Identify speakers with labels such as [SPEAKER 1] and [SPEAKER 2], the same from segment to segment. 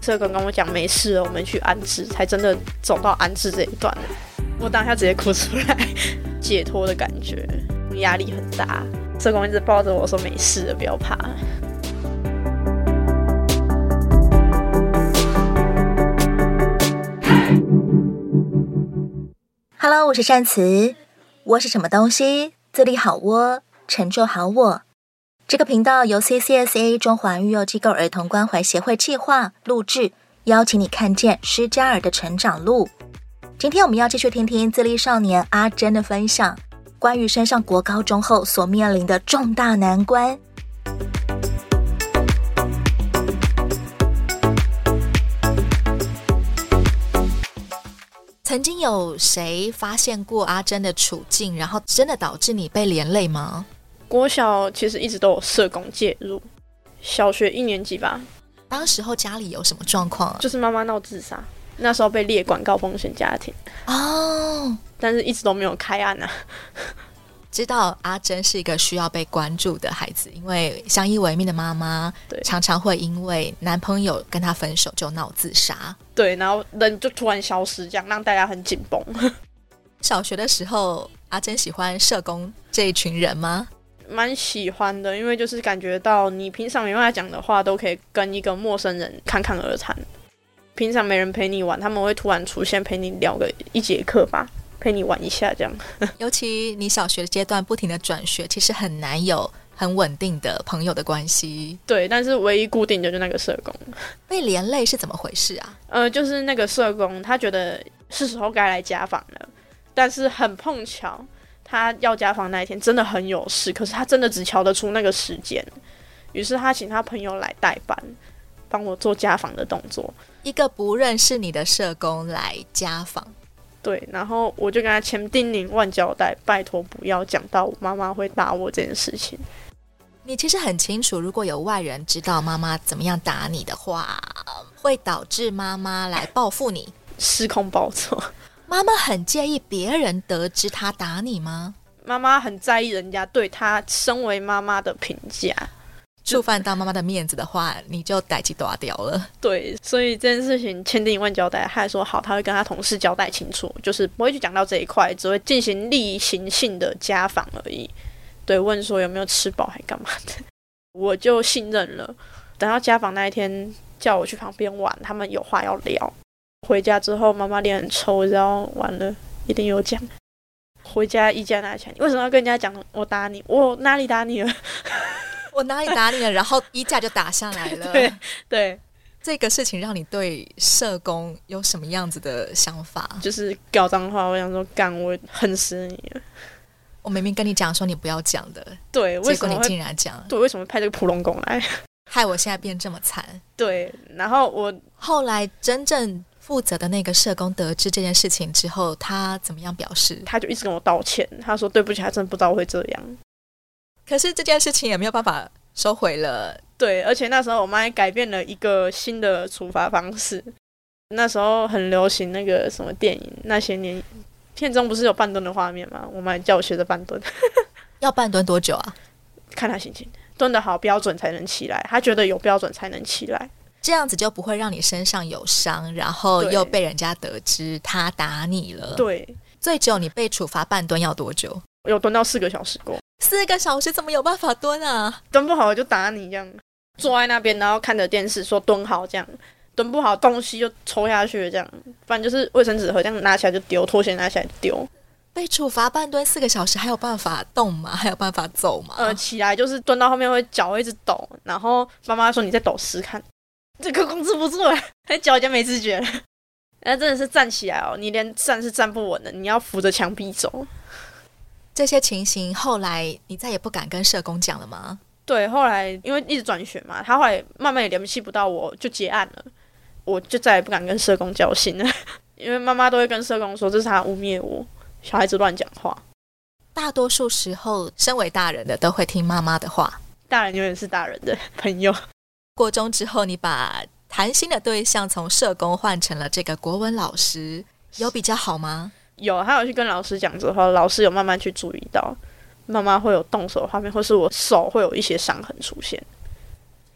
[SPEAKER 1] 社工跟我讲没事了，我们去安置，才真的走到安置这一段了。我当下直接哭出来，解脱的感觉，压力很大。社工一直抱着我说没事的，不要怕。
[SPEAKER 2] Hello，我是善慈，我是什么东西？自立好我，成就好我。这个频道由 CCSA 中华育幼机构儿童关怀协会计划录制，邀请你看见施加尔的成长路。今天我们要继续听听自立少年阿珍的分享，关于升上国高中后所面临的重大难关。
[SPEAKER 3] 曾经有谁发现过阿珍的处境，然后真的导致你被连累吗？
[SPEAKER 1] 国小其实一直都有社工介入，小学一年级吧，
[SPEAKER 3] 当时候家里有什么状况啊？
[SPEAKER 1] 就是妈妈闹自杀，那时候被列管高风险家庭，
[SPEAKER 3] 哦，
[SPEAKER 1] 但是一直都没有开案啊。
[SPEAKER 3] 知道阿珍是一个需要被关注的孩子，因为相依为命的妈妈
[SPEAKER 1] 对
[SPEAKER 3] 常常会因为男朋友跟她分手就闹自杀。
[SPEAKER 1] 对，然后人就突然消失，这样让大家很紧绷。
[SPEAKER 3] 小学的时候，阿珍喜欢社工这一群人吗？
[SPEAKER 1] 蛮喜欢的，因为就是感觉到你平常没办法讲的话，都可以跟一个陌生人侃侃而谈。平常没人陪你玩，他们会突然出现陪你聊个一节课吧，陪你玩一下这样。
[SPEAKER 3] 尤其你小学阶段不停的转学，其实很难有很稳定的朋友的关系。
[SPEAKER 1] 对，但是唯一固定的就那个社工，
[SPEAKER 3] 被连累是怎么回事啊？
[SPEAKER 1] 呃，就是那个社工，他觉得是时候该来家访了，但是很碰巧，他要家访那一天真的很有事，可是他真的只瞧得出那个时间，于是他请他朋友来代班，帮我做家访的动作。
[SPEAKER 3] 一个不认识你的社工来家访，
[SPEAKER 1] 对，然后我就跟他千叮咛万交代，拜托不要讲到我妈妈会打我这件事情。
[SPEAKER 3] 你其实很清楚，如果有外人知道妈妈怎么样打你的话，会导致妈妈来报复你。
[SPEAKER 1] 失控暴走，
[SPEAKER 3] 妈妈很介意别人得知她打你吗？
[SPEAKER 1] 妈妈很在意人家对她身为妈妈的评价，
[SPEAKER 3] 触犯到妈妈的面子的话，你就逮起打掉了。
[SPEAKER 1] 对，所以这件事情千叮咛万交代，他还说好，他会跟他同事交代清楚，就是不会去讲到这一块，只会进行例行性的家访而已。对，问说有没有吃饱还干嘛的， 我就信任了。等到家访那一天，叫我去旁边玩，他们有话要聊。回家之后，妈妈脸很臭，然后完了，一定有讲。回家一家拿起来，你为什么要跟人家讲我打你？我哪里打你了？
[SPEAKER 3] 我哪里打你了？然后衣架就打下来了。
[SPEAKER 1] 对对，
[SPEAKER 3] 这个事情让你对社工有什么样子的想法？
[SPEAKER 1] 就是搞脏话。我想说，干，我恨死你了。
[SPEAKER 3] 我明明跟你讲说你不要讲的，
[SPEAKER 1] 对，为
[SPEAKER 3] 结
[SPEAKER 1] 什
[SPEAKER 3] 果
[SPEAKER 1] 么
[SPEAKER 3] 你
[SPEAKER 1] 会
[SPEAKER 3] 竟然讲了，
[SPEAKER 1] 对？为什么派这个普龙宫来？
[SPEAKER 3] 害我现在变这么惨。
[SPEAKER 1] 对，然后我
[SPEAKER 3] 后来真正负责的那个社工得知这件事情之后，他怎么样表示？
[SPEAKER 1] 他就一直跟我道歉，他说对不起，他真的不知道会这样。
[SPEAKER 3] 可是这件事情也没有办法收回了。
[SPEAKER 1] 对，而且那时候我妈还改变了一个新的处罚方式。那时候很流行那个什么电影，那些年片中不是有半蹲的画面吗？我妈还叫我学着半蹲，
[SPEAKER 3] 要半蹲多久啊？
[SPEAKER 1] 看她心情，蹲得好标准才能起来，她觉得有标准才能起来。
[SPEAKER 3] 这样子就不会让你身上有伤，然后
[SPEAKER 1] 对
[SPEAKER 3] 又被人家得知他打你了。，
[SPEAKER 1] 对，
[SPEAKER 3] 最久你被处罚半蹲要多久？
[SPEAKER 1] 有蹲到四个小时过，
[SPEAKER 3] 四个小时怎么有办法蹲啊？
[SPEAKER 1] 蹲不好我就打你这样，坐在那边然后看着电视说蹲好这样，蹲不好东西就抽下去这样，不然就是卫生纸盒这样拿起来就丢，拖鞋拿起来就丢，
[SPEAKER 3] 被处罚半蹲四个小时还有办法动吗？还有办法走吗？
[SPEAKER 1] 呃，起来就是蹲到后面会脚会一直抖，然后妈妈说你再抖试看，这个控制不住了，还脚已经没知觉了。那真的是站起来哦，你连站是站不稳的，你要扶着墙壁走。
[SPEAKER 3] 这些情形后来你再也不敢跟社工讲了吗？
[SPEAKER 1] 对，后来因为一直转学嘛，他后来慢慢也联系不到我，就结案了。我就再也不敢跟社工交心了， 因为妈妈都会跟社工说这是他污蔑我，小孩子乱讲话，
[SPEAKER 3] 大多数时候，身为大人的都会听妈妈的话。
[SPEAKER 1] 大人永远是大人的朋友。
[SPEAKER 3] 国中之后，你把谈心的对象从社工换成了这个国文老师，有比较好吗？
[SPEAKER 1] 有，还有去跟老师讲之后，老师有慢慢去注意到，妈妈会有动手的画面，或是我手会有一些伤痕出现。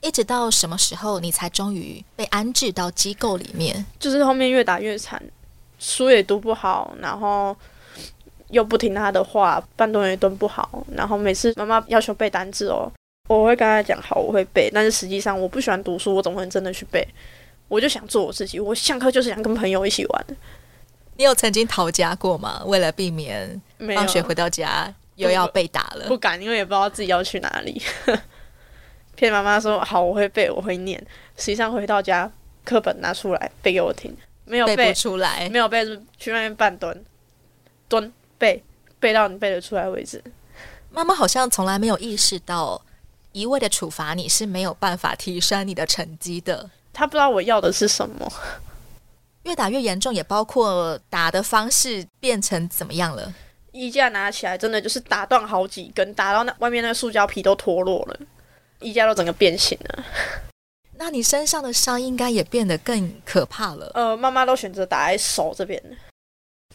[SPEAKER 3] 一直到什么时候你才终于被安置到机构里面？
[SPEAKER 1] 就是后面越打越惨，书也读不好，然后又不听他的话，半蹲也蹲不好，然后每次妈妈要求背单字哦，我会跟她讲好，我会背，但是实际上我不喜欢读书，我怎么能真的去背？我就想做我自己，我上课就是想跟朋友一起玩，
[SPEAKER 3] 你有曾经逃家过吗？为了避免
[SPEAKER 1] 没有
[SPEAKER 3] 放学回到家又要被打了
[SPEAKER 1] 不，敢，因为也不知道自己要去哪里。 骗妈妈说好，我会背，我会念，实际上回到家课本拿出来背给我听，没有
[SPEAKER 3] 背
[SPEAKER 1] 背
[SPEAKER 3] 不出来。
[SPEAKER 1] 没有背，是去外面半蹲，蹲背背到你背得出来为止。
[SPEAKER 3] 妈妈好像从来没有意识到，一味的处罚你是没有办法提升你的成绩的。
[SPEAKER 1] 他不知道我要的是什么，
[SPEAKER 3] 越打越严重，也包括打的方式变成怎么样了？
[SPEAKER 1] 衣架拿起来真的就是打断好几根，打到那外面那个塑胶皮都脱落了，衣架都整个变形了。
[SPEAKER 3] 那你身上的伤应该也变得更可怕了。
[SPEAKER 1] 呃，妈妈都选择打在手这边，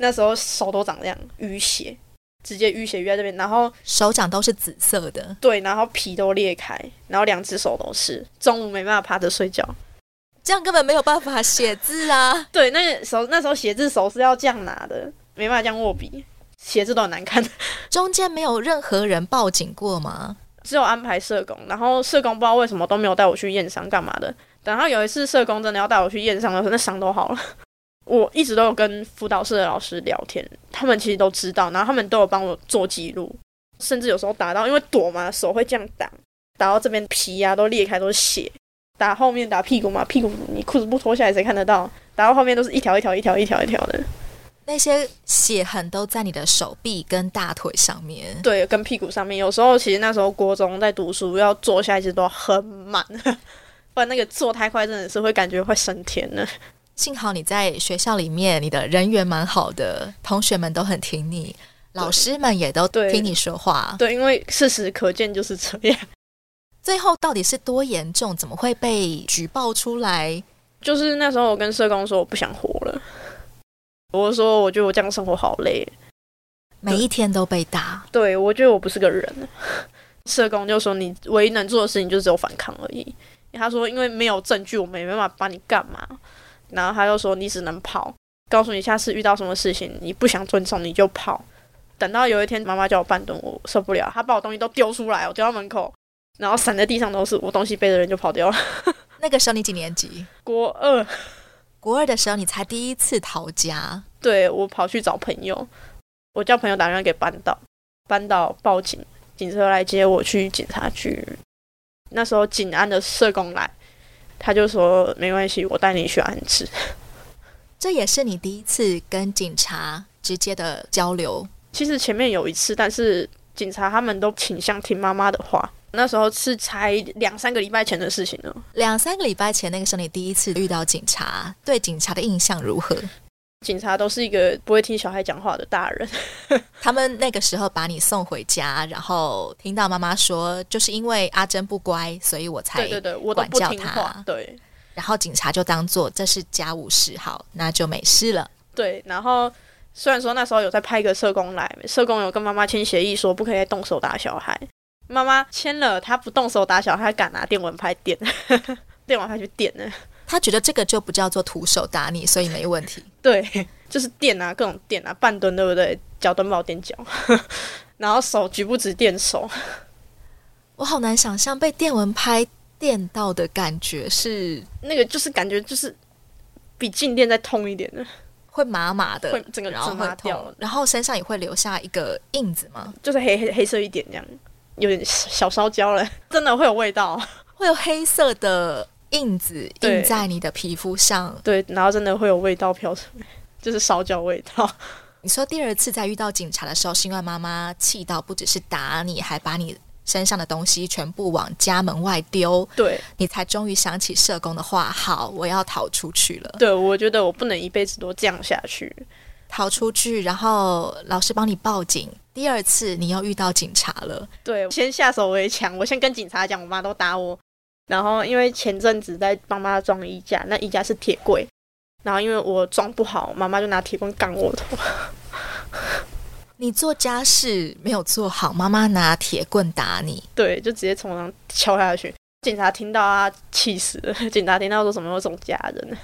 [SPEAKER 1] 那时候手都长这样淤血，直接淤血淤在这边，然后
[SPEAKER 3] 手掌都是紫色的，
[SPEAKER 1] 对，然后皮都裂开，然后两只手都是，中午没办法趴着睡觉。
[SPEAKER 3] 这样根本没有办法写 字啊！
[SPEAKER 1] 对，那个手那时候写字手是要这样拿的，没办法这样握笔，写字都很难看。
[SPEAKER 3] 中间没有任何人报警过吗？
[SPEAKER 1] 只有安排社工，然后社工不知道为什么都没有带我去验伤干嘛的。然后有一次社工真的要带我去验伤的时候，那伤都好了。 我一直都有跟辅导室的老师聊天，他们其实都知道，然后他们都有帮我做记录，甚至有时候打到因为躲嘛，手会这样打，打到这边皮啊都裂开都是血，打后面打屁股嘛，屁股你裤子不脱下来谁看得到？打到后面都是一条一条一条一条一条的，
[SPEAKER 3] 那些血痕都在你的手臂跟大腿上面，
[SPEAKER 1] 对，跟屁股上面。有时候其实那时候国中在读书，要坐下一直都很慢， 不然那个坐太快真的是会感觉会升天的。
[SPEAKER 3] 幸好你在学校里面，你的人缘蛮好的，同学们都很听你，老师们也都
[SPEAKER 1] 对
[SPEAKER 3] 听你说话。
[SPEAKER 1] 对，因为事实可见就是这样。
[SPEAKER 3] 最后到底是多严重？怎么会被举报出来？
[SPEAKER 1] 就是那时候我跟社工说我不想活了，我说我觉得我这样生活好累，
[SPEAKER 3] 每一天都被打，
[SPEAKER 1] 对我觉得我不是个人。 社工就说你唯一能做的事情就只有反抗而已。他说因为没有证据，我们也没办法帮你干嘛。然后他就说你只能跑，告诉你下次遇到什么事情你不想遵从你就跑。等到有一天妈妈叫我半蹲，我受不了，她把我东西都丢出来，我丢到门口，然后散在地上都是，我东西背着人就跑掉了。
[SPEAKER 3] 那个时候你几年级？
[SPEAKER 1] 国二，
[SPEAKER 3] 国二的时候你才第一次逃家，
[SPEAKER 1] 对我跑去找朋友，我叫朋友打电话给班导，班导报警，警车来接我去警察局。那时候警安的社工来，他就说没关系，我带你去安置。
[SPEAKER 3] 这也是你第一次跟警察直接的交流。
[SPEAKER 1] 其实前面有一次，但是警察他们都倾向听妈妈的话。那时候是才两三个礼拜前的事情了。
[SPEAKER 3] 两三个礼拜前，那个时候你第一次遇到警察，对警察的印象如何？
[SPEAKER 1] 警察都是一个不会听小孩讲话的大人，
[SPEAKER 3] 他们那个时候把你送回家，然后听到妈妈说，就是因为阿珍不乖，所以我才……
[SPEAKER 1] 对对对，我都
[SPEAKER 3] 管
[SPEAKER 1] 不
[SPEAKER 3] 教
[SPEAKER 1] 听
[SPEAKER 3] 他
[SPEAKER 1] 话，对。
[SPEAKER 3] 然后警察就当做这是家务事，好，那就没事了。
[SPEAKER 1] 对，然后虽然说那时候有在派一个社工来，社工有跟妈妈签协议说不可以再动手打小孩，妈妈签了，她不动手打小孩，敢拿电蚊拍电， 电蚊拍去电呢？
[SPEAKER 3] 他觉得这个就不叫做徒手打你，所以没问题。
[SPEAKER 1] 对，就是电啊，各种电啊，半蹲对不对？脚蹬抱垫脚， 然后手局部指垫手，
[SPEAKER 3] 我好难想象被电蚊拍电到的感觉是
[SPEAKER 1] 那个就是感觉就是比静电再痛一点的，
[SPEAKER 3] 会麻麻的，
[SPEAKER 1] 会整个
[SPEAKER 3] 呃然后
[SPEAKER 1] 整麻
[SPEAKER 3] 会
[SPEAKER 1] 掉嗯
[SPEAKER 3] 痛，然后身上也会留下一个印子吗？
[SPEAKER 1] 就是黑黑黑色一点这样，有点小烧焦了， 真的会有味道。
[SPEAKER 3] 会有黑色的印子
[SPEAKER 1] 对
[SPEAKER 3] 印在你的皮肤上，
[SPEAKER 1] 对，然后真的会有味道飘出来，就是烧焦味道。
[SPEAKER 3] 你说第二次在遇到警察的时候，是因为妈妈气到不只是打你，还把你身上的东西全部往家门外丢，
[SPEAKER 1] 对，
[SPEAKER 3] 你才终于想起社工的话，好，我要逃出去了，
[SPEAKER 1] 对我觉得我不能一辈子都这样下去。
[SPEAKER 3] 逃出去，然后老师帮你报警。第二次你又遇到警察了，
[SPEAKER 1] 对，先下手为强，我先跟警察讲，我妈都打我。然后因为前阵子在帮妈装衣架，那衣架是铁柜，然后因为我装不好，妈妈就拿铁棍杠我头。
[SPEAKER 3] 你做家事没有做好，妈妈拿铁棍打你，
[SPEAKER 1] 对，就直接从我上敲下去。警察听到啊，气死了！ 警察听到说什么有种家人，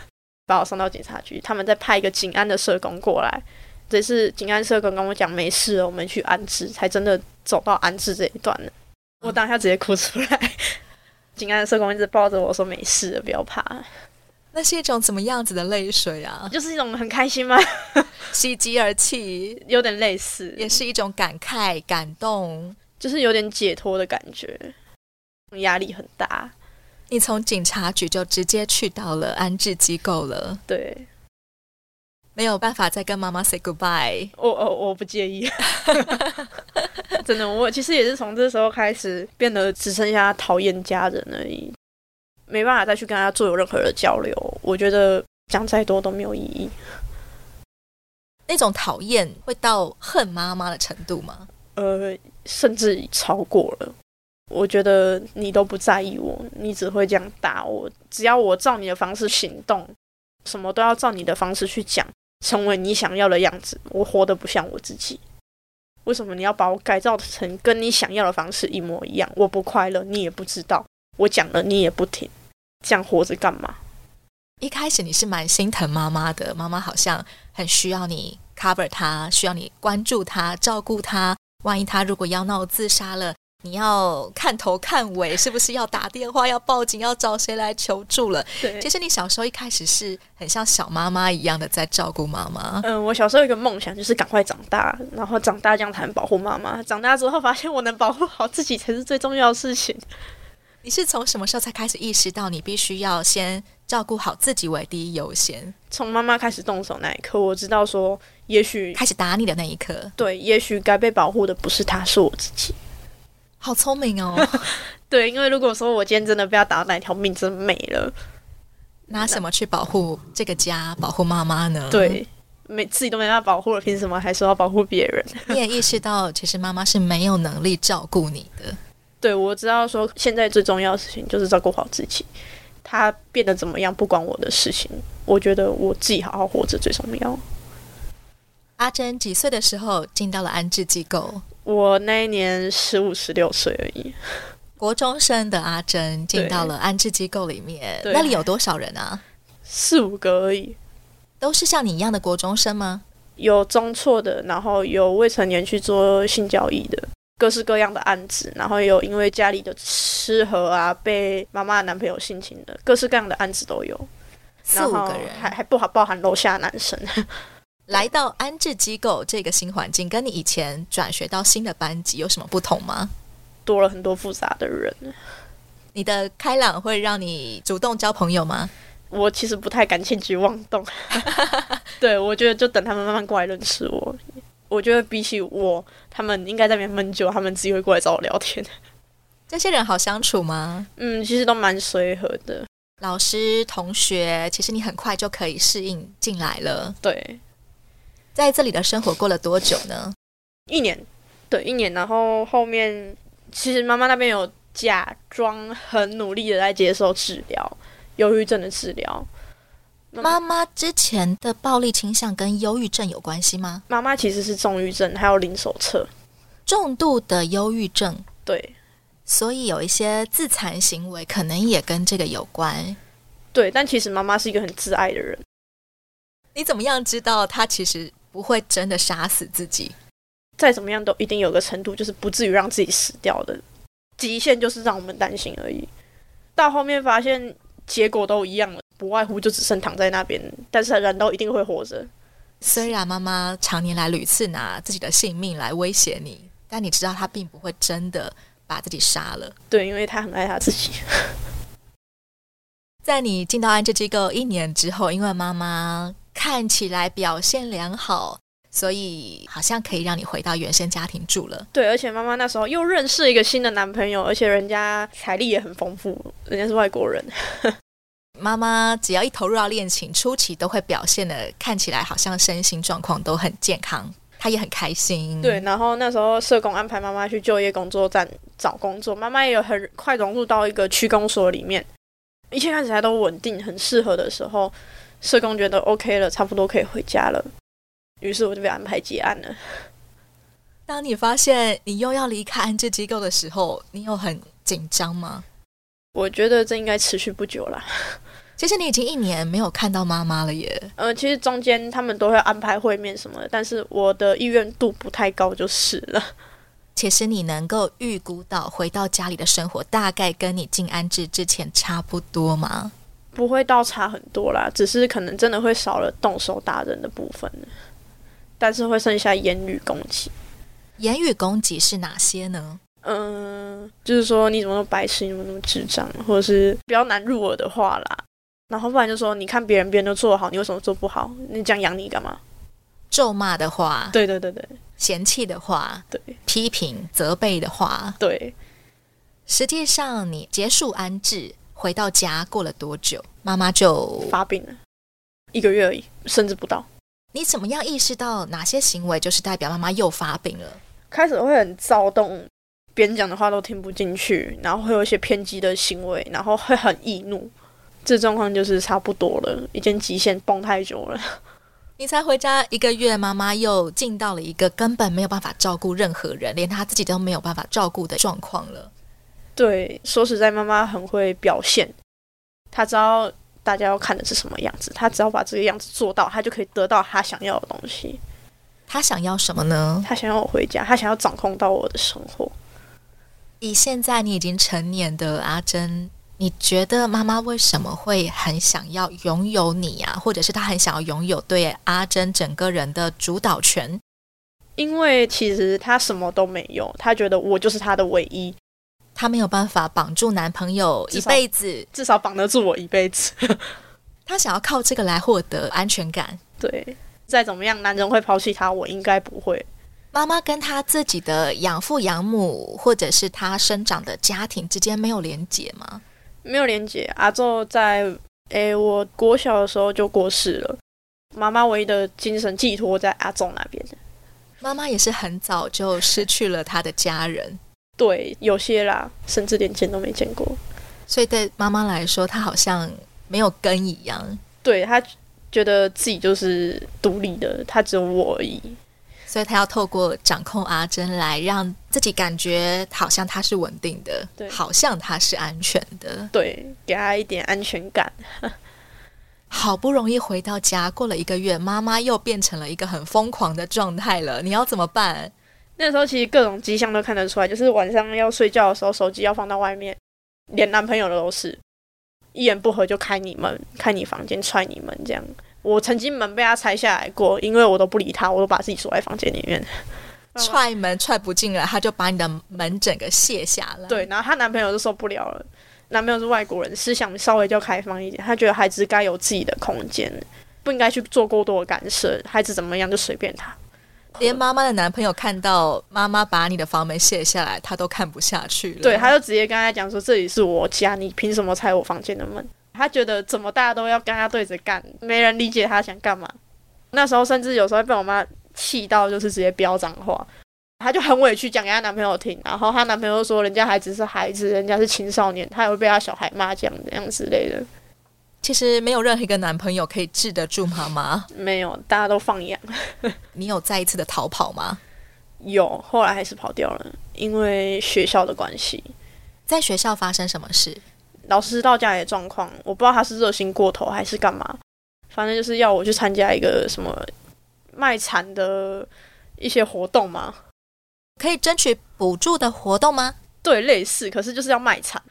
[SPEAKER 1] 把我送到警察局，他们再派一个警安的社工过来。这次警安社工跟我讲没事了，我们去安置，才真的走到安置这一段了。我当下直接哭出来。 警安社工一直抱着我说没事了，不要怕，
[SPEAKER 3] 那是一种怎么样子的泪 水啊？
[SPEAKER 1] 就是一种很开心嘛，
[SPEAKER 3] 喜极而泣，
[SPEAKER 1] 有点类似，
[SPEAKER 3] 也是一种感慨、感动。
[SPEAKER 1] 就是有点解脱的感觉，压力很大。
[SPEAKER 3] 你从警察局就直接去到了安置机构了，
[SPEAKER 1] 对
[SPEAKER 3] 没有办法再跟妈妈 say goodbye。
[SPEAKER 1] 我哦我我不介意， 真的，我其实也是从这时候开始变得只剩下讨厌家人而已，没办法再去跟他做有任何的交流。我觉得讲再多都没有意义。
[SPEAKER 3] 那种讨厌会到恨妈妈的程度吗？
[SPEAKER 1] 呃，甚至超过了。我觉得你都不在意我，你只会这样打我。只要我照你的方式行动，什么都要照你的方式去讲，成为你想要的样子。我活得不像我自己，为什么你要把我改造成跟你想要的方式一模一样？我不快乐，你也不知道。我讲了，你也不听，这样活着干嘛？
[SPEAKER 3] 一开始你是蛮心疼妈妈的，妈妈好像很需要你 cover 她，需要你关注她、照顾她。万一她如果要闹自杀了，你要看头看尾，是不是要打电话、要报警、要找谁来求助了？
[SPEAKER 1] 对
[SPEAKER 3] 其实你小时候一开始是很像小妈妈一样的在照顾妈 妈，
[SPEAKER 1] 嗯，我小时候有一个梦想，就是赶快长大，然后长大这样才能保护妈妈。长大之后发现我能保护好自己才是最重要的事情。
[SPEAKER 3] 你是从什么时候才开始意识到你必须要先照顾好自己为第一优先？
[SPEAKER 1] 从妈妈开始动手那一刻，我知道说，也许
[SPEAKER 3] 开始打你的那一刻，
[SPEAKER 1] 对，也许该被保护的不是她，是我自己。
[SPEAKER 3] 好聪 明哦！
[SPEAKER 1] 对，因为如果说我今天真的被她打到那条命真没了，
[SPEAKER 3] 拿什么去保护这个家、保护妈妈呢？，
[SPEAKER 1] 对，没自己都没办法保护了，凭什么还说要保护别人？
[SPEAKER 3] 你也意识到，其实妈妈是没有能力照顾你的。
[SPEAKER 1] 对我知道说，现在最重要的事情就是照顾好自己。她变得怎么样不关我的事情，我觉得我自己好好活着最重要。
[SPEAKER 3] 阿珍几岁的时候进到了安置机构？
[SPEAKER 1] 我那一年十五十六岁而已，
[SPEAKER 3] 国中生的阿珍进
[SPEAKER 1] 对
[SPEAKER 3] 到了安置机构里面，
[SPEAKER 1] 对
[SPEAKER 3] 那里有多少人啊？
[SPEAKER 1] 四五个而已，
[SPEAKER 3] 都是像你一样的国中生吗？
[SPEAKER 1] 有中辍的，然后有未成年去做性交易的，各式各样的案子，然后有因为家里的失和啊，被妈妈的男朋友性侵的，各式各样的案子都有。
[SPEAKER 3] 四
[SPEAKER 1] 然
[SPEAKER 3] 五
[SPEAKER 1] 后
[SPEAKER 3] 个
[SPEAKER 1] 还
[SPEAKER 3] 人
[SPEAKER 1] 还不好包含楼下男生。
[SPEAKER 3] 来到安置机构这个新环境，跟你以前转学到新的班级有什么不同吗？
[SPEAKER 1] 多了很多复杂的人，
[SPEAKER 3] 你的开朗会让你主动交朋友吗？
[SPEAKER 1] 我其实不太敢轻举妄动。 对，我觉得就等他们慢慢过来认识我。我觉得比起我，他们应该在那边闷久，他们自己会过来找我聊天。
[SPEAKER 3] 这些人好相处吗？
[SPEAKER 1] 嗯，其实都蛮随和的。
[SPEAKER 3] 老师、同学，其实你很快就可以适应进来了。
[SPEAKER 1] 对，
[SPEAKER 3] 在这里的生活过了多久呢？
[SPEAKER 1] 一年，对，一年。然后后面其实妈妈那边有假装很努力的在接受治疗，忧郁症的治疗。
[SPEAKER 3] 妈妈之前的暴力倾向跟忧郁症有关系吗？
[SPEAKER 1] 妈妈其实是重郁症，还有零手册。
[SPEAKER 3] 重度的忧郁症，
[SPEAKER 1] 对
[SPEAKER 3] 所以有一些自残行为可能也跟这个有关。
[SPEAKER 1] 对，但其实妈妈是一个很自爱的人。
[SPEAKER 3] 你怎么样知道他其实不会真的杀死自己？
[SPEAKER 1] 再怎么样都一定有个程度，就是不至于让自己死掉的极限，就是让我们担心而已。到后面发现结果都一样了，不外乎就只剩躺在那边，但是人都一定会活着。
[SPEAKER 3] 虽然妈妈常年来屡次拿自己的性命来威胁你，但你知道她并不会真的把自己杀了。
[SPEAKER 1] 对，因为她很爱她自己。
[SPEAKER 3] 在你进到安置机构一年之后，因为妈妈看起来表现良好，所以好像可以让你回到原生家庭住了。
[SPEAKER 1] 对，而且妈妈那时候又认识一个新的男朋友，而且人家财力也很丰富，人家是外国人。
[SPEAKER 3] 妈妈只要一投入到恋情，初期都会表现的看起来好像身心状况都很健康，她也很开心。
[SPEAKER 1] 对，，然后那时候社工安排妈妈去就业工作站找工作，妈妈也有很快融入到一个区公所里面，一切看起来都稳定，很适合的时候，社工觉得 OK 了，差不多可以回家了，于是我就被安排结案了。
[SPEAKER 3] 当你发现你又要离开安置机构的时候，你有很紧张吗？
[SPEAKER 1] 我觉得这应该持续不久啦。
[SPEAKER 3] 其实你已经一年没有看到妈妈了耶。
[SPEAKER 1] 呃，其实中间他们都会安排会面什么的，但是我的意愿度不太高就是了。
[SPEAKER 3] 其实你能够预估到回到家里的生活大概跟你进安置之前差不多吗？
[SPEAKER 1] 不会倒差很多啦，只是可能真的会少了动手打人的部分，但是会剩下言语攻击。
[SPEAKER 3] 言语攻击是哪些呢？
[SPEAKER 1] 嗯、就是说你怎么那么白痴，你怎么那么智障，或者是比较难入耳的话啦。然后不然就说你看别人，别人都做得好，你为什么做不好？你这样养你干嘛？
[SPEAKER 3] 咒骂的话，
[SPEAKER 1] 对对对对
[SPEAKER 3] 嫌弃的话，
[SPEAKER 1] 对
[SPEAKER 3] 批评、责备的话。
[SPEAKER 1] 对，
[SPEAKER 3] 实际上，你结束安置回到家过了多久，妈妈就
[SPEAKER 1] 发病了，一个月而已，甚至不到。
[SPEAKER 3] 你怎么样意识到哪些行为就是代表妈妈又发病了？
[SPEAKER 1] 开始会很躁动，别人讲的话都听不进去，然后会有一些偏激的行为，然后会很易怒。这状况就是差不多了，已经极限绷太久了。
[SPEAKER 3] 你才回家一个月，妈妈又进到了一个根本没有办法照顾任何人，连她自己都没有办法照顾的状况了。
[SPEAKER 1] 对，说实在，妈妈很会表现，她知道大家要看的是什么样子，她只要把这个样子做到，她就可以得到她想要的东西。
[SPEAKER 3] 她想要什么呢？
[SPEAKER 1] 她想要我回家，她想要掌控到我的生活。
[SPEAKER 3] 以现在你已经成年的阿珍，你觉得妈妈为什么会很想要拥有你啊？或者是她很想要拥有对阿珍整个人的主导权？
[SPEAKER 1] 因为其实她什么都没有，她觉得我就是她的唯一，
[SPEAKER 3] 她没有办法绑住男朋友一
[SPEAKER 1] 至少
[SPEAKER 3] 辈子，
[SPEAKER 1] 至少绑得住我一辈子。
[SPEAKER 3] 她想要靠这个来获得安全感。
[SPEAKER 1] 对，再怎么样，男人会抛弃她，我应该不会。
[SPEAKER 3] 妈妈跟她自己的养父养母，或者是她生长的家庭之间没有连结吗？
[SPEAKER 1] 没有连接。阿宙在诶、我国小的时候就过世了，妈妈唯一的精神寄托在阿宙那边。
[SPEAKER 3] 妈妈也是很早就失去了她的家人，
[SPEAKER 1] 对，有些啦，甚至连见都没见过。
[SPEAKER 3] 所以对妈妈来说，她好像没有根一样。
[SPEAKER 1] 对他觉得自己就是独立的，他只有我而已。
[SPEAKER 3] 所以她要透过掌控阿珍来让自己感觉好像她是稳定的
[SPEAKER 1] 对，
[SPEAKER 3] 好像她是安全的。
[SPEAKER 1] 对，给他一点安全感。
[SPEAKER 3] 好不容易回到家，过了一个月，妈妈又变成了一个很疯狂的状态了。你要怎么办？
[SPEAKER 1] 那时候其实各种迹象都看得出来，就是晚上要睡觉的时候，手机要放到外面，连男朋友的都是，一言不合就开你门，开你房间，踹你门这样。我曾经门被他拆下来过，因为我都不理他，我都把自己锁在房间里面。
[SPEAKER 3] 踹门踹不进来，他就把你的门整个卸下来。，
[SPEAKER 1] 对，然后她男朋友就受不了了，男朋友是外国人，思想稍微就开放一点，他觉得孩子该有自己的空间，不应该去做过多的干涉，孩子怎么样就随便他。
[SPEAKER 3] 连妈妈的男朋友看到妈妈把你的房门卸下来，他都看不下去了。
[SPEAKER 1] 对，他就直接跟他讲说：“这里是我家，你凭什么拆我房间的门？”他觉得怎么大家都要跟他对着干，没人理解他想干嘛。那时候甚至有时候被我妈气到，就是直接飙脏话。她就很委屈，讲给她男朋友听，然后她男朋友说人家孩子是孩子，人家是青少年，她也会被她小孩骂这样这样之类的。
[SPEAKER 3] 其实没有任何一个男朋友可以治得住妈妈。
[SPEAKER 1] 没有，大家都放养。
[SPEAKER 3] 你有再一次的逃跑吗？
[SPEAKER 1] 有，后来还是跑掉了，因为学校的关系。
[SPEAKER 3] 在学校发生什么事？
[SPEAKER 1] 老师到家里的状况，我不知道他是热心过头还是干嘛，反正就是要我去参加一个什么卖惨的一些活动嘛，
[SPEAKER 3] 可以争取补助的活动吗？
[SPEAKER 1] 对，类似，可是就是要卖惨。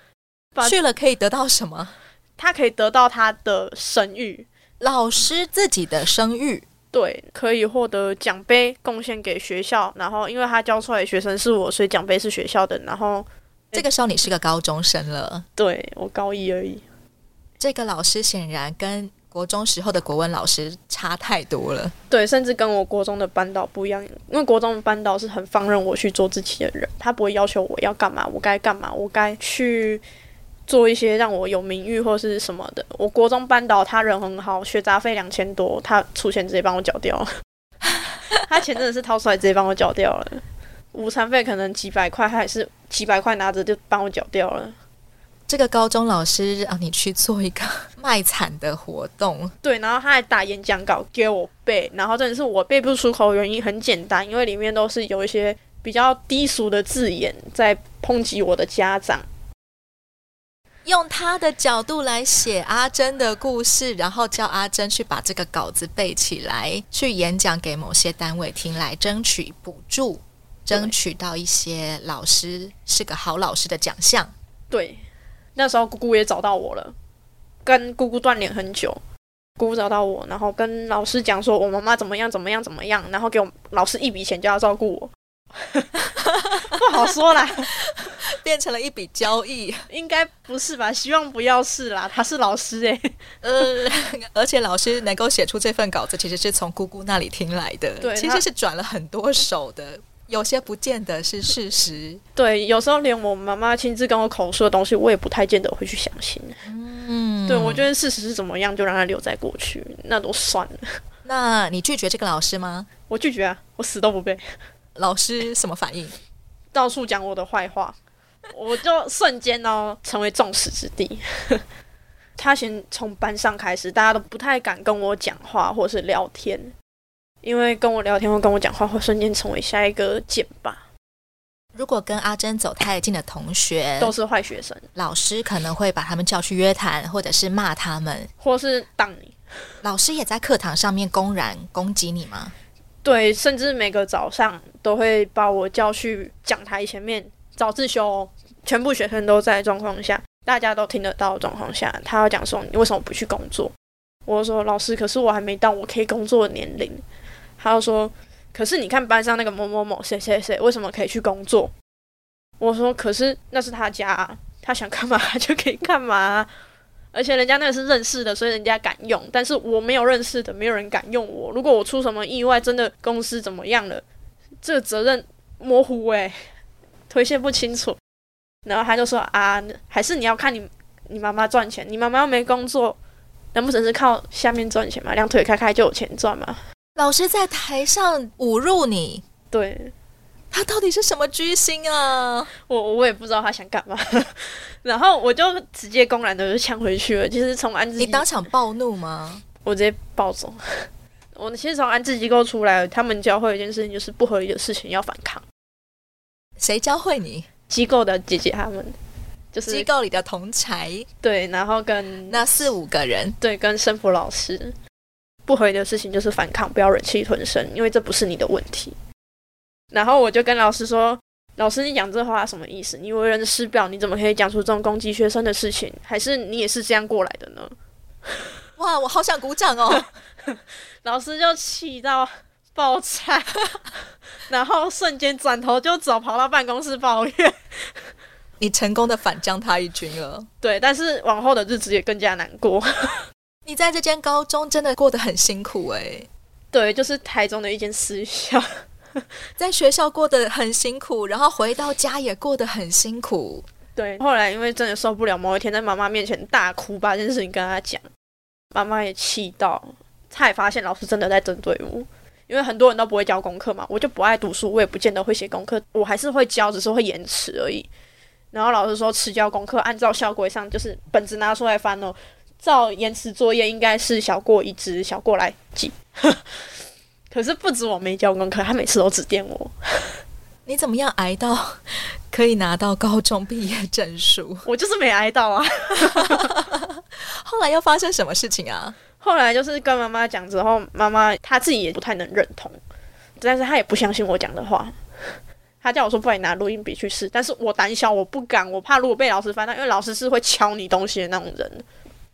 [SPEAKER 1] 把
[SPEAKER 3] 去了可以得到什么？
[SPEAKER 1] 他可以得到他的声誉，
[SPEAKER 3] 老师自己的声誉。
[SPEAKER 1] 对，可以获得奖杯，贡献给学校。然后，因为他教出来的学生是我，所以奖杯是学校的。然后，
[SPEAKER 3] 这个时候你是个高中生了，
[SPEAKER 1] 对我高一而已，
[SPEAKER 3] 这个老师显然跟国中时候的国文老师差太多了。
[SPEAKER 1] 对，甚至跟我国中的班导不一样，因为国中的班导是很放任我去做自己的人，他不会要求我要干嘛，我该干嘛，我该去做一些让我有名誉或是什么的。我国中班导他人很好，学杂费两千多，他出钱直接帮我缴掉了， 他钱真的是掏出来直接帮我缴掉了，午餐费可能几百块，他也是几百块拿着就帮我缴掉了。
[SPEAKER 3] 这个高中老师让你去做一个卖惨的活动，
[SPEAKER 1] 对，然后他还打演讲稿给我背，然后真的是我背不出口，原因很简单，因为里面都是有一些比较低俗的字眼在抨击我的家长。
[SPEAKER 3] 又用他的角度来写阿珍的故事，然后叫阿珍去把这个稿子背起来，去演讲给某些单位听，来争取补助，争取到一些老师是个好老师的奖项。
[SPEAKER 1] 对，那时候姑姑也找到我了，跟姑姑断联很久。姑姑找到我，然后跟老师讲说我妈妈怎么样怎么样怎么样，然后给我老师一笔钱叫他照顾我。 不好说啦，
[SPEAKER 3] 变成了一笔交易。
[SPEAKER 1] 应该不是吧？希望不要是啦。他是老师欸诶、
[SPEAKER 3] 呃， 而且老师能够写出这份稿子，其实是从姑姑那里听来的，
[SPEAKER 1] 对
[SPEAKER 3] 其
[SPEAKER 1] 他
[SPEAKER 3] 实是转了很多手的，有些不见得是事实。
[SPEAKER 1] 对，有时候连我妈妈亲自跟我口述的东西，我也不太见得会去相信。
[SPEAKER 3] 嗯，
[SPEAKER 1] 对，我觉得事实是怎么样，就让它留在过去，那都算了。
[SPEAKER 3] 那你拒绝这个老师吗？
[SPEAKER 1] 我拒绝啊，我死都不背，
[SPEAKER 3] 老师什么反应？
[SPEAKER 1] 到处讲我的坏话，我就瞬间哦成为众矢之的。 他先从班上开始，大家都不太敢跟我讲话或是聊天，因为跟我聊天或跟我讲话会瞬间成为下一个箭靶，
[SPEAKER 3] 如果跟阿珍走太近的同学，
[SPEAKER 1] 都是坏学生，
[SPEAKER 3] 老师可能会把他们叫去约谈，或者是骂他们。
[SPEAKER 1] 或是当你。
[SPEAKER 3] 老师也在课堂上面公然攻击你吗？
[SPEAKER 1] 对，甚至每个早上都会把我叫去讲台前面早自修哦、全部学生都在的状况下，大家都听得到的状况下，他要讲说你为什么不去工作？我就说老师，可是我还没到我可以工作的年龄。他就说，可是你看班上那个某某某谁谁谁为什么可以去工作？我说，可是那是他家、啊，他想干嘛 就可以干嘛啊、而且人家那个是认识的，所以人家敢用，但是我没有认识的，没有人敢用我。如果我出什么意外，真的公司怎么样了，这个责任模糊诶、 推卸不清楚。然后他就说啊，还是你要看你你妈妈赚钱，你妈妈又没工作，难不成是靠下面赚钱吗？两腿开开就有钱赚吗？
[SPEAKER 3] 老师在台上侮辱你，
[SPEAKER 1] 对
[SPEAKER 3] 他到底是什么居心啊？
[SPEAKER 1] 我我也不知道他想干嘛， 然后我就直接公然的就呛回去了。其实从安置
[SPEAKER 3] 你当场暴怒吗？
[SPEAKER 1] 我直接暴走。 我其实从安置机构出来，他们教会一件事情，就是不合理的事情要反抗。
[SPEAKER 3] 谁教会你？
[SPEAKER 1] 机构的姐姐他们，就
[SPEAKER 3] 机
[SPEAKER 1] 是
[SPEAKER 3] 构里的同才
[SPEAKER 1] 对，然后跟
[SPEAKER 3] 那四五个人，
[SPEAKER 1] 对跟生辅老师，不合理的事情就是反抗，不要忍气吞声，因为这不是你的问题。然后我就跟老师说：“老师，你讲这话什么意思？你为人师表，你怎么可以讲出这种攻击学生的事情？还是你也是这样过来的呢？”
[SPEAKER 3] 哇，我好想鼓掌哦！
[SPEAKER 1] 老师就气到爆炸， 然后瞬间转头就走，跑到办公室抱怨。
[SPEAKER 3] 你成功的反将他一军了。
[SPEAKER 1] 对，但是往后的日子也更加难过。
[SPEAKER 3] 你在这间高中真的过得很辛苦欸诶、
[SPEAKER 1] 对，就是台中的一间私校。
[SPEAKER 3] 在学校过得很辛苦，然后回到家也过得很辛苦。
[SPEAKER 1] 对，后来因为真的受不了，某一天在妈妈面前大哭，把这件事情跟她讲，妈妈也气到，她也发现老师真的在针对我，因为很多人都不会教功课嘛，我就不爱读书，我也不见得会写功课，我还是会教，只是会延迟而已。然后老师说迟交功课，按照校规上就是本子拿出来翻哦，照延迟作业应该是小过一只，小过来记。 可是不止我没交功课，他每次都指点我，
[SPEAKER 3] 你怎么样挨到 可以拿到高中毕业证书？
[SPEAKER 1] 我就是没挨到啊。
[SPEAKER 3] 后来又发生什么事情啊？
[SPEAKER 1] 后来就是跟妈妈讲之后，妈妈她自己也不太能认同，但是她也不相信我讲的话。她叫我说，不然你拿录音笔去试。但是我胆小，我不敢，我怕如果被老师翻到，因为老师是会敲你东西的那种人。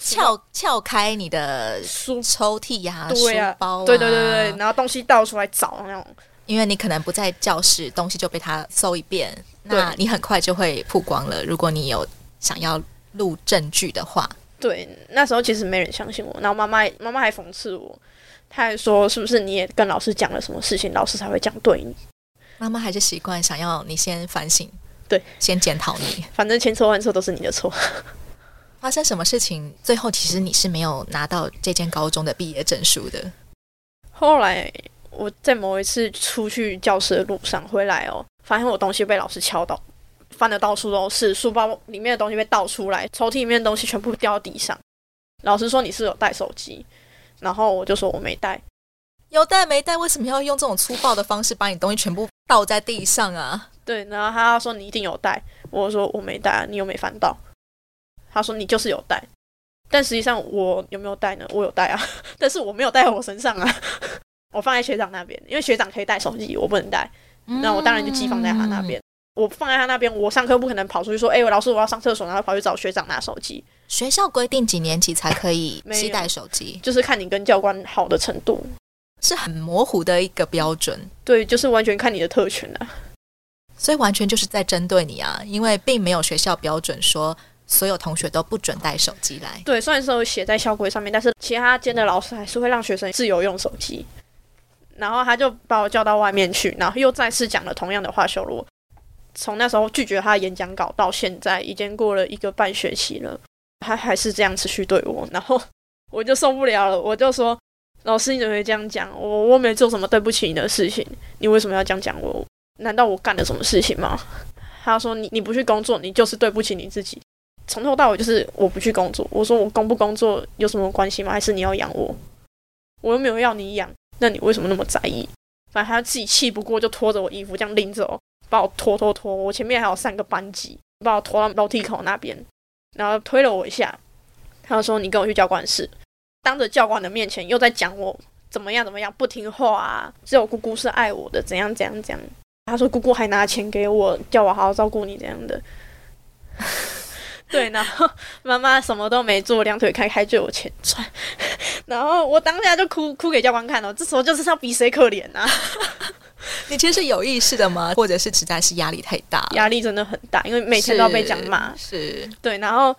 [SPEAKER 3] 撬撬开你的
[SPEAKER 1] 书
[SPEAKER 3] 抽屉呀、
[SPEAKER 1] 对啊
[SPEAKER 3] 书包、啊，
[SPEAKER 1] 对对对对，，然后东西倒出来找那种。
[SPEAKER 3] 因为你可能不在教室，东西就被他搜一遍，那
[SPEAKER 1] 对
[SPEAKER 3] 你很快就会曝光了。如果你有想要录证据的话，
[SPEAKER 1] 对，那时候其实没人相信我，然后妈妈妈妈还讽刺我，她还说是不是你也跟老师讲了什么事情，老师才会这样对你？
[SPEAKER 3] 妈妈还是习惯想要你先反省，
[SPEAKER 1] 对，
[SPEAKER 3] 先检讨你
[SPEAKER 1] 反正千错万错都是你的错。
[SPEAKER 3] 发生什么事情。最后其实你是没有拿到这间高中的毕业证书的。
[SPEAKER 1] 后来我在某一次出去教室的路上回来哦，发现我东西被老师敲到，翻的到处都是，书包里面的东西被倒出来，抽屉里面的东西全部掉到地上。老师说你是有带手机，然后我就说我没带，
[SPEAKER 3] 有带没带？为什么要用这种粗暴的方式把你东西全部倒在地上啊？
[SPEAKER 1] 对，然后他说你一定有带，我说我没带，你又没翻到。他说你就是有带，但实际上我有没有带呢？我有带啊， 但是我没有带在我身上啊，我放在学长那边，因为学长可以带手机，我不能带，那我当然就寄放在他
[SPEAKER 3] 嗯
[SPEAKER 1] 那边。我放在他那边，我上课不可能跑出去说，哎、老师我要上厕所，然后跑去找学长拿手机，
[SPEAKER 3] 学校规定几年级才可以
[SPEAKER 1] 没有
[SPEAKER 3] 携带手机，
[SPEAKER 1] 就是看你跟教官好的程度，
[SPEAKER 3] 是很模糊的一个标准，
[SPEAKER 1] 对，就是完全看你的特权啊。
[SPEAKER 3] 所以完全就是在针对你啊，因为并没有学校标准说所有同学都不准带手机来。
[SPEAKER 1] 对，虽然是有写在校规上面，但是其他间的老师还是会让学生自由用手机。然后他就把我叫到外面去，然后又再次讲了同样的话羞辱我。从那时候拒绝他的演讲稿到现在，已经过了一个半学期了，他还是这样持续对我，然后 我就受不了了，我就说：“老师，你怎么会这样讲？我我没做什么对不起你的事情，你为什么要这样讲我？难道我干了什么事情吗？”他说：“你你不去工作，你就是对不起你自己。”从头到尾就是我不去工作。我说我工不工作有什么关系吗？还是你要养我？我又没有要你养，那你为什么那么在意？反正他自己气不过，就拖着我衣服这样拎着我，把我拖拖拖。我前面还有三个班级，把我拖到楼梯口那边，然后推了我一下。他就说：“你跟我去教官室。”当着教官的面前又在讲我怎么样怎么样不听话啊，只有姑姑是爱我的，怎样怎样怎样。他说姑姑还拿钱给我，叫我好好照顾你这样的。 对，然后妈妈什么都没做，两腿开开就有钱赚。 然后我当下就哭哭给教官看了，哦这时候就是要比谁可怜啊，
[SPEAKER 3] 你其实是有意识的吗？或者是实在是压力太大了？
[SPEAKER 1] 压力真的很大，因为每天都要被讲骂。
[SPEAKER 3] 是是
[SPEAKER 1] 对，然后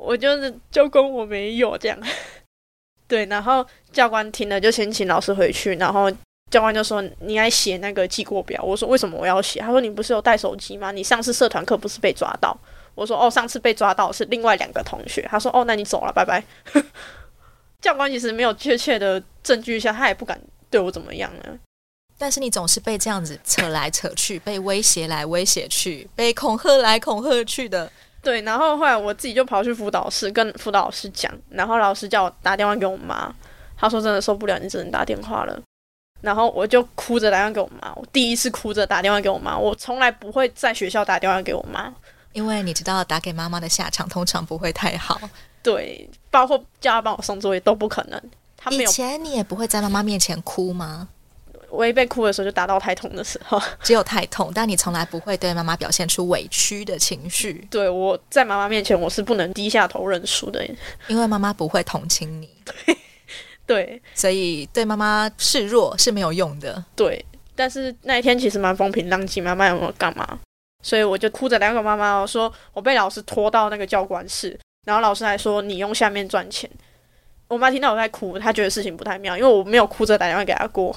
[SPEAKER 1] 我就是教官我没有这样。 对，然后教官听了就先请老师回去，然后教官就说你来写那个记过表。我说为什么我要写？他说你不是有带手机吗？你上次社团课不是被抓到？我说哦，上次被抓到是另外两个同学。他说哦，那你走了，拜 拜。教官其实没有确切的证据下，他也不敢对我怎么样呢。
[SPEAKER 3] 但是你总是被这样子扯来扯去，被威胁来威胁去，被恐吓来恐吓去的。
[SPEAKER 1] 对，然后后来我自己就跑去辅导室跟辅导老师讲，然后老师叫我打电话给我妈，她说真的受不了，你只能打电话了。然后我就哭着打电话给我妈，我第一次哭着打电话给我妈，我从来不会在学校打电话给我妈。
[SPEAKER 3] 因为你知道打给妈妈的下场通常不会太好，
[SPEAKER 1] 对，包括叫她帮我送作业都不可能，她没
[SPEAKER 3] 以
[SPEAKER 1] 有
[SPEAKER 3] 前你也不会在妈妈面前哭吗？
[SPEAKER 1] 我一被哭的时候就打到太痛的时候。
[SPEAKER 3] 只有太痛，但你从来不会对妈妈表现出委屈的情绪，
[SPEAKER 1] 对我在妈妈面前我是不能低下头认输的。
[SPEAKER 3] 因为妈妈不会同情你，
[SPEAKER 1] 对
[SPEAKER 3] 所以对妈妈示弱是没有用的。
[SPEAKER 1] 对，但是那一天其实蛮风平浪静，妈妈有没有干嘛？所以我就哭着两个妈妈哦，说我被老师拖到那个教官室，然后老师还说你用下面赚钱。我妈听到我在哭，她觉得事情不太妙，因为我没有哭着打电话给她过。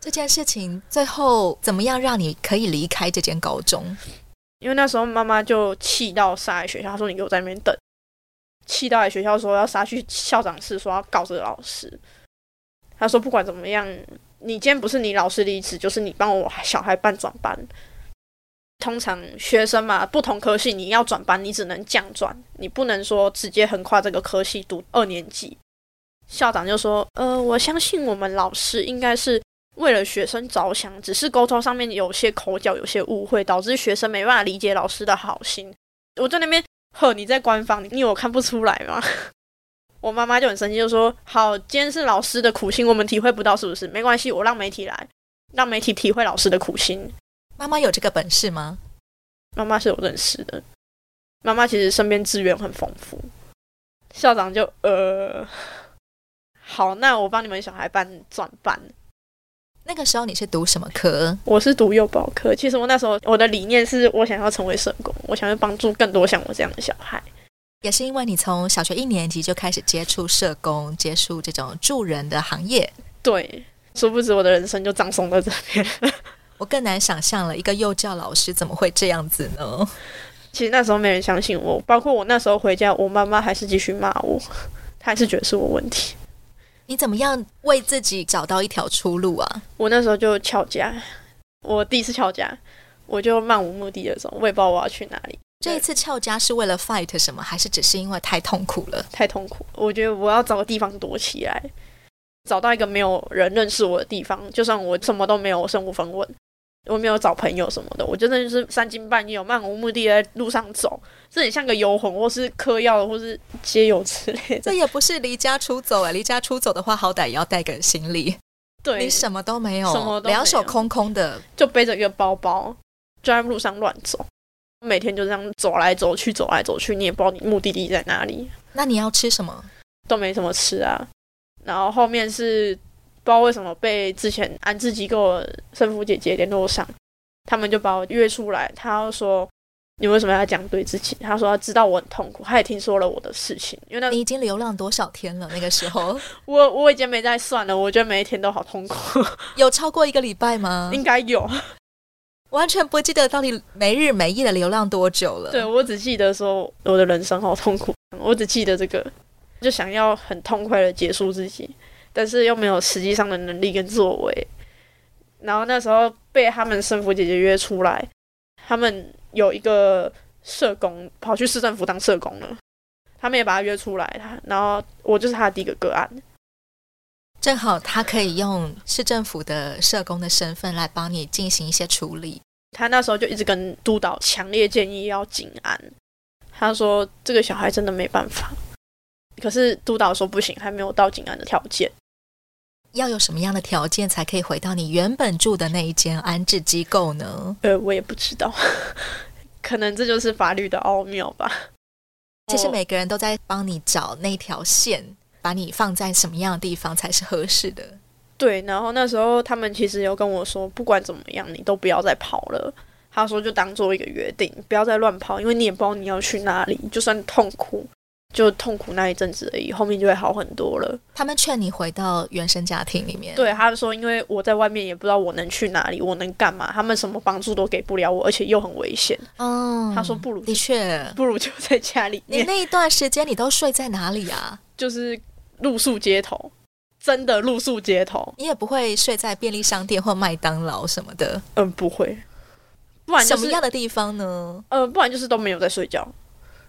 [SPEAKER 3] 这件事情最后怎么样让你可以离开这间高中？
[SPEAKER 1] 因为那时候妈妈就气到杀来学校，她说你给我在那边等，气到来学校说要杀去校长室，说要告这个老师。她说不管怎么样，你今天不是你老师离职，就是你帮我小孩办转班。通常学生嘛，不同科系你要转班，你只能降转，你不能说直接横跨这个科系读二年级。校长就说：“呃，我相信我们老师应该是为了学生着想，只是沟通上面有些口角，有些误会，导致学生没办法理解老师的好心。我在那边，呵，你在官方，你以为我看不出来吗？ 我妈妈就很生气，就说：“好，今天是老师的苦心，我们体会不到，是不是？没关系，我让媒体来，让媒体体会老师的苦心。
[SPEAKER 3] 妈妈有这个本事吗？”
[SPEAKER 1] 妈妈是有认识的，妈妈其实身边资源很丰富。校长就呃，好，那我帮你们小孩办转班。
[SPEAKER 3] 那个时候你是读什么科？
[SPEAKER 1] 我是读幼保科，其实我那时候我的理念是我想要成为社工，我想要帮助更多像我这样的小孩。
[SPEAKER 3] 也是因为你从小学一年级就开始接触社工，接触这种助人的行业，
[SPEAKER 1] 对，殊不知我的人生就葬送在这边。
[SPEAKER 3] 我更难想象了一个幼教老师怎么会这样子呢？
[SPEAKER 1] 其实那时候没人相信我，包括我那时候回家，我妈妈还是继续骂我，她还是觉得是我问题。
[SPEAKER 3] 你怎么样为自己找到一条出路啊？
[SPEAKER 1] 我那时候就翘家，我第一次翘家，我就漫无目的的走，我也不知道我要去哪里，
[SPEAKER 3] 这一次翘家是为了 fight 什么，还是只是因为太痛苦了？
[SPEAKER 1] 太痛苦。我觉得我要找个地方躲起来，找到一个没有人认识我的地方，就算我什么都没有，我身无分文，我没有找朋友什么的，我真的就是三更半夜我漫无目的地在路上走，这很像个游魂，或是嗑药，或是街友之类
[SPEAKER 3] 这
[SPEAKER 1] 的。
[SPEAKER 3] 也不是离家出走哎，离家出走的话，好歹也要带个行李，
[SPEAKER 1] 对
[SPEAKER 3] 你，什么都没有，
[SPEAKER 1] 什么都没有嗯
[SPEAKER 3] 两手空空的，
[SPEAKER 1] 就背着一个包包，就在路上乱走，每天就这样走来走去，走来走去，你也不知道你目的地在哪里，
[SPEAKER 3] 那你要吃什么？
[SPEAKER 1] 都没什么吃啊。然后后面是不知道为什么被之前安置机构的胜福姐姐联络上，他们就把我约出来，她说。你为什么要这样对自己？她说她知道我很痛苦，她也听说了我的事情，因为那
[SPEAKER 3] 你已经流浪多少天了？那个时候
[SPEAKER 1] 我我已经没在算了，我觉得每一天都好痛苦，
[SPEAKER 3] 有超过一个礼拜吗？
[SPEAKER 1] 应该有。
[SPEAKER 3] 完全不记得到底没日没夜的流浪多久了。
[SPEAKER 1] 对，我只记得说我的人生好痛苦，我只记得这个，就想要很痛快的结束自己，但是又没有实际上的能力跟作为。然后那时候被他们生福姐姐约出来，他们有一个社工跑去市政府当社工了，他们也把他约出来，他然后我就是他的第一个个案，
[SPEAKER 3] 正好他可以用市政府的社工的身份来帮你进行一些处理。
[SPEAKER 1] 他那时候就一直跟督导强烈建议要紧安，他说这个小孩真的没办法。可是督导说不行，还没有到紧安的条件。
[SPEAKER 3] 要有什么样的条件才可以回到你原本住的那一间安置机构呢？
[SPEAKER 1] 呃，我也不知道， 可能这就是法律的奥妙吧。
[SPEAKER 3] 其实
[SPEAKER 1] 哦
[SPEAKER 3] 每个人都在帮你找那条线，把你放在什么样的地方才是合适的。
[SPEAKER 1] 对，然后那时候他们其实有跟我说，不管怎么样，你都不要再跑了。他说就当做一个约定，不要再乱跑，因为你也不知道你要去哪里，就算痛苦，就痛苦那一阵子而已，后面就会好很多了。
[SPEAKER 3] 他们劝你回到原生家庭里面。，
[SPEAKER 1] 对，他说，因为我在外面也不知道我能去哪里，我能干嘛，他们什么帮助都给不了我，而且又很危险。
[SPEAKER 3] 嗯，
[SPEAKER 1] 他说不如
[SPEAKER 3] 的确，
[SPEAKER 1] 不如就在家里
[SPEAKER 3] 你
[SPEAKER 1] 面，
[SPEAKER 3] 那一段时间你都睡在哪里啊？
[SPEAKER 1] 就是露宿街头，真的露宿街头。
[SPEAKER 3] 你也不会睡在便利商店或麦当劳什么的，
[SPEAKER 1] 嗯，不会，不然就
[SPEAKER 3] 什么
[SPEAKER 1] 是
[SPEAKER 3] 样的地方呢？
[SPEAKER 1] 呃，不然就是都没有在睡觉，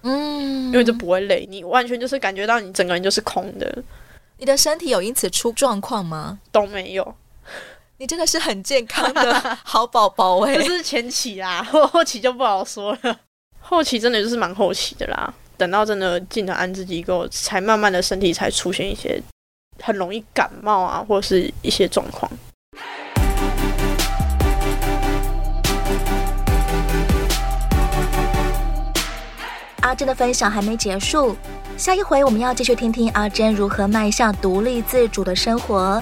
[SPEAKER 3] 嗯，
[SPEAKER 1] 因为就不会累，你完全就是感觉到你整个人就是空的，
[SPEAKER 3] 你的身体有因此出状况吗？
[SPEAKER 1] 都没有。
[SPEAKER 3] 你真的是很健康的好宝宝 哎
[SPEAKER 1] 这！是前期啦， 后后期就不好说了。后期真的就是蛮后期的啦，等到真的进了安置机构，才慢慢的身体才出现一些很容易感冒啊，或是一些状况。
[SPEAKER 2] 阿珍的分享还没结束，下一回我们要继续听听阿珍如何迈向独立自主的生活。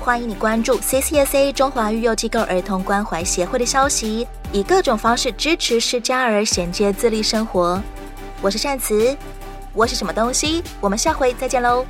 [SPEAKER 2] 欢迎你关注 CCSA 中华育幼机构儿童关怀协会的消息，以各种方式支持失家儿衔接自立生活。我是善慈，我是什么东西？我们下回再见喽。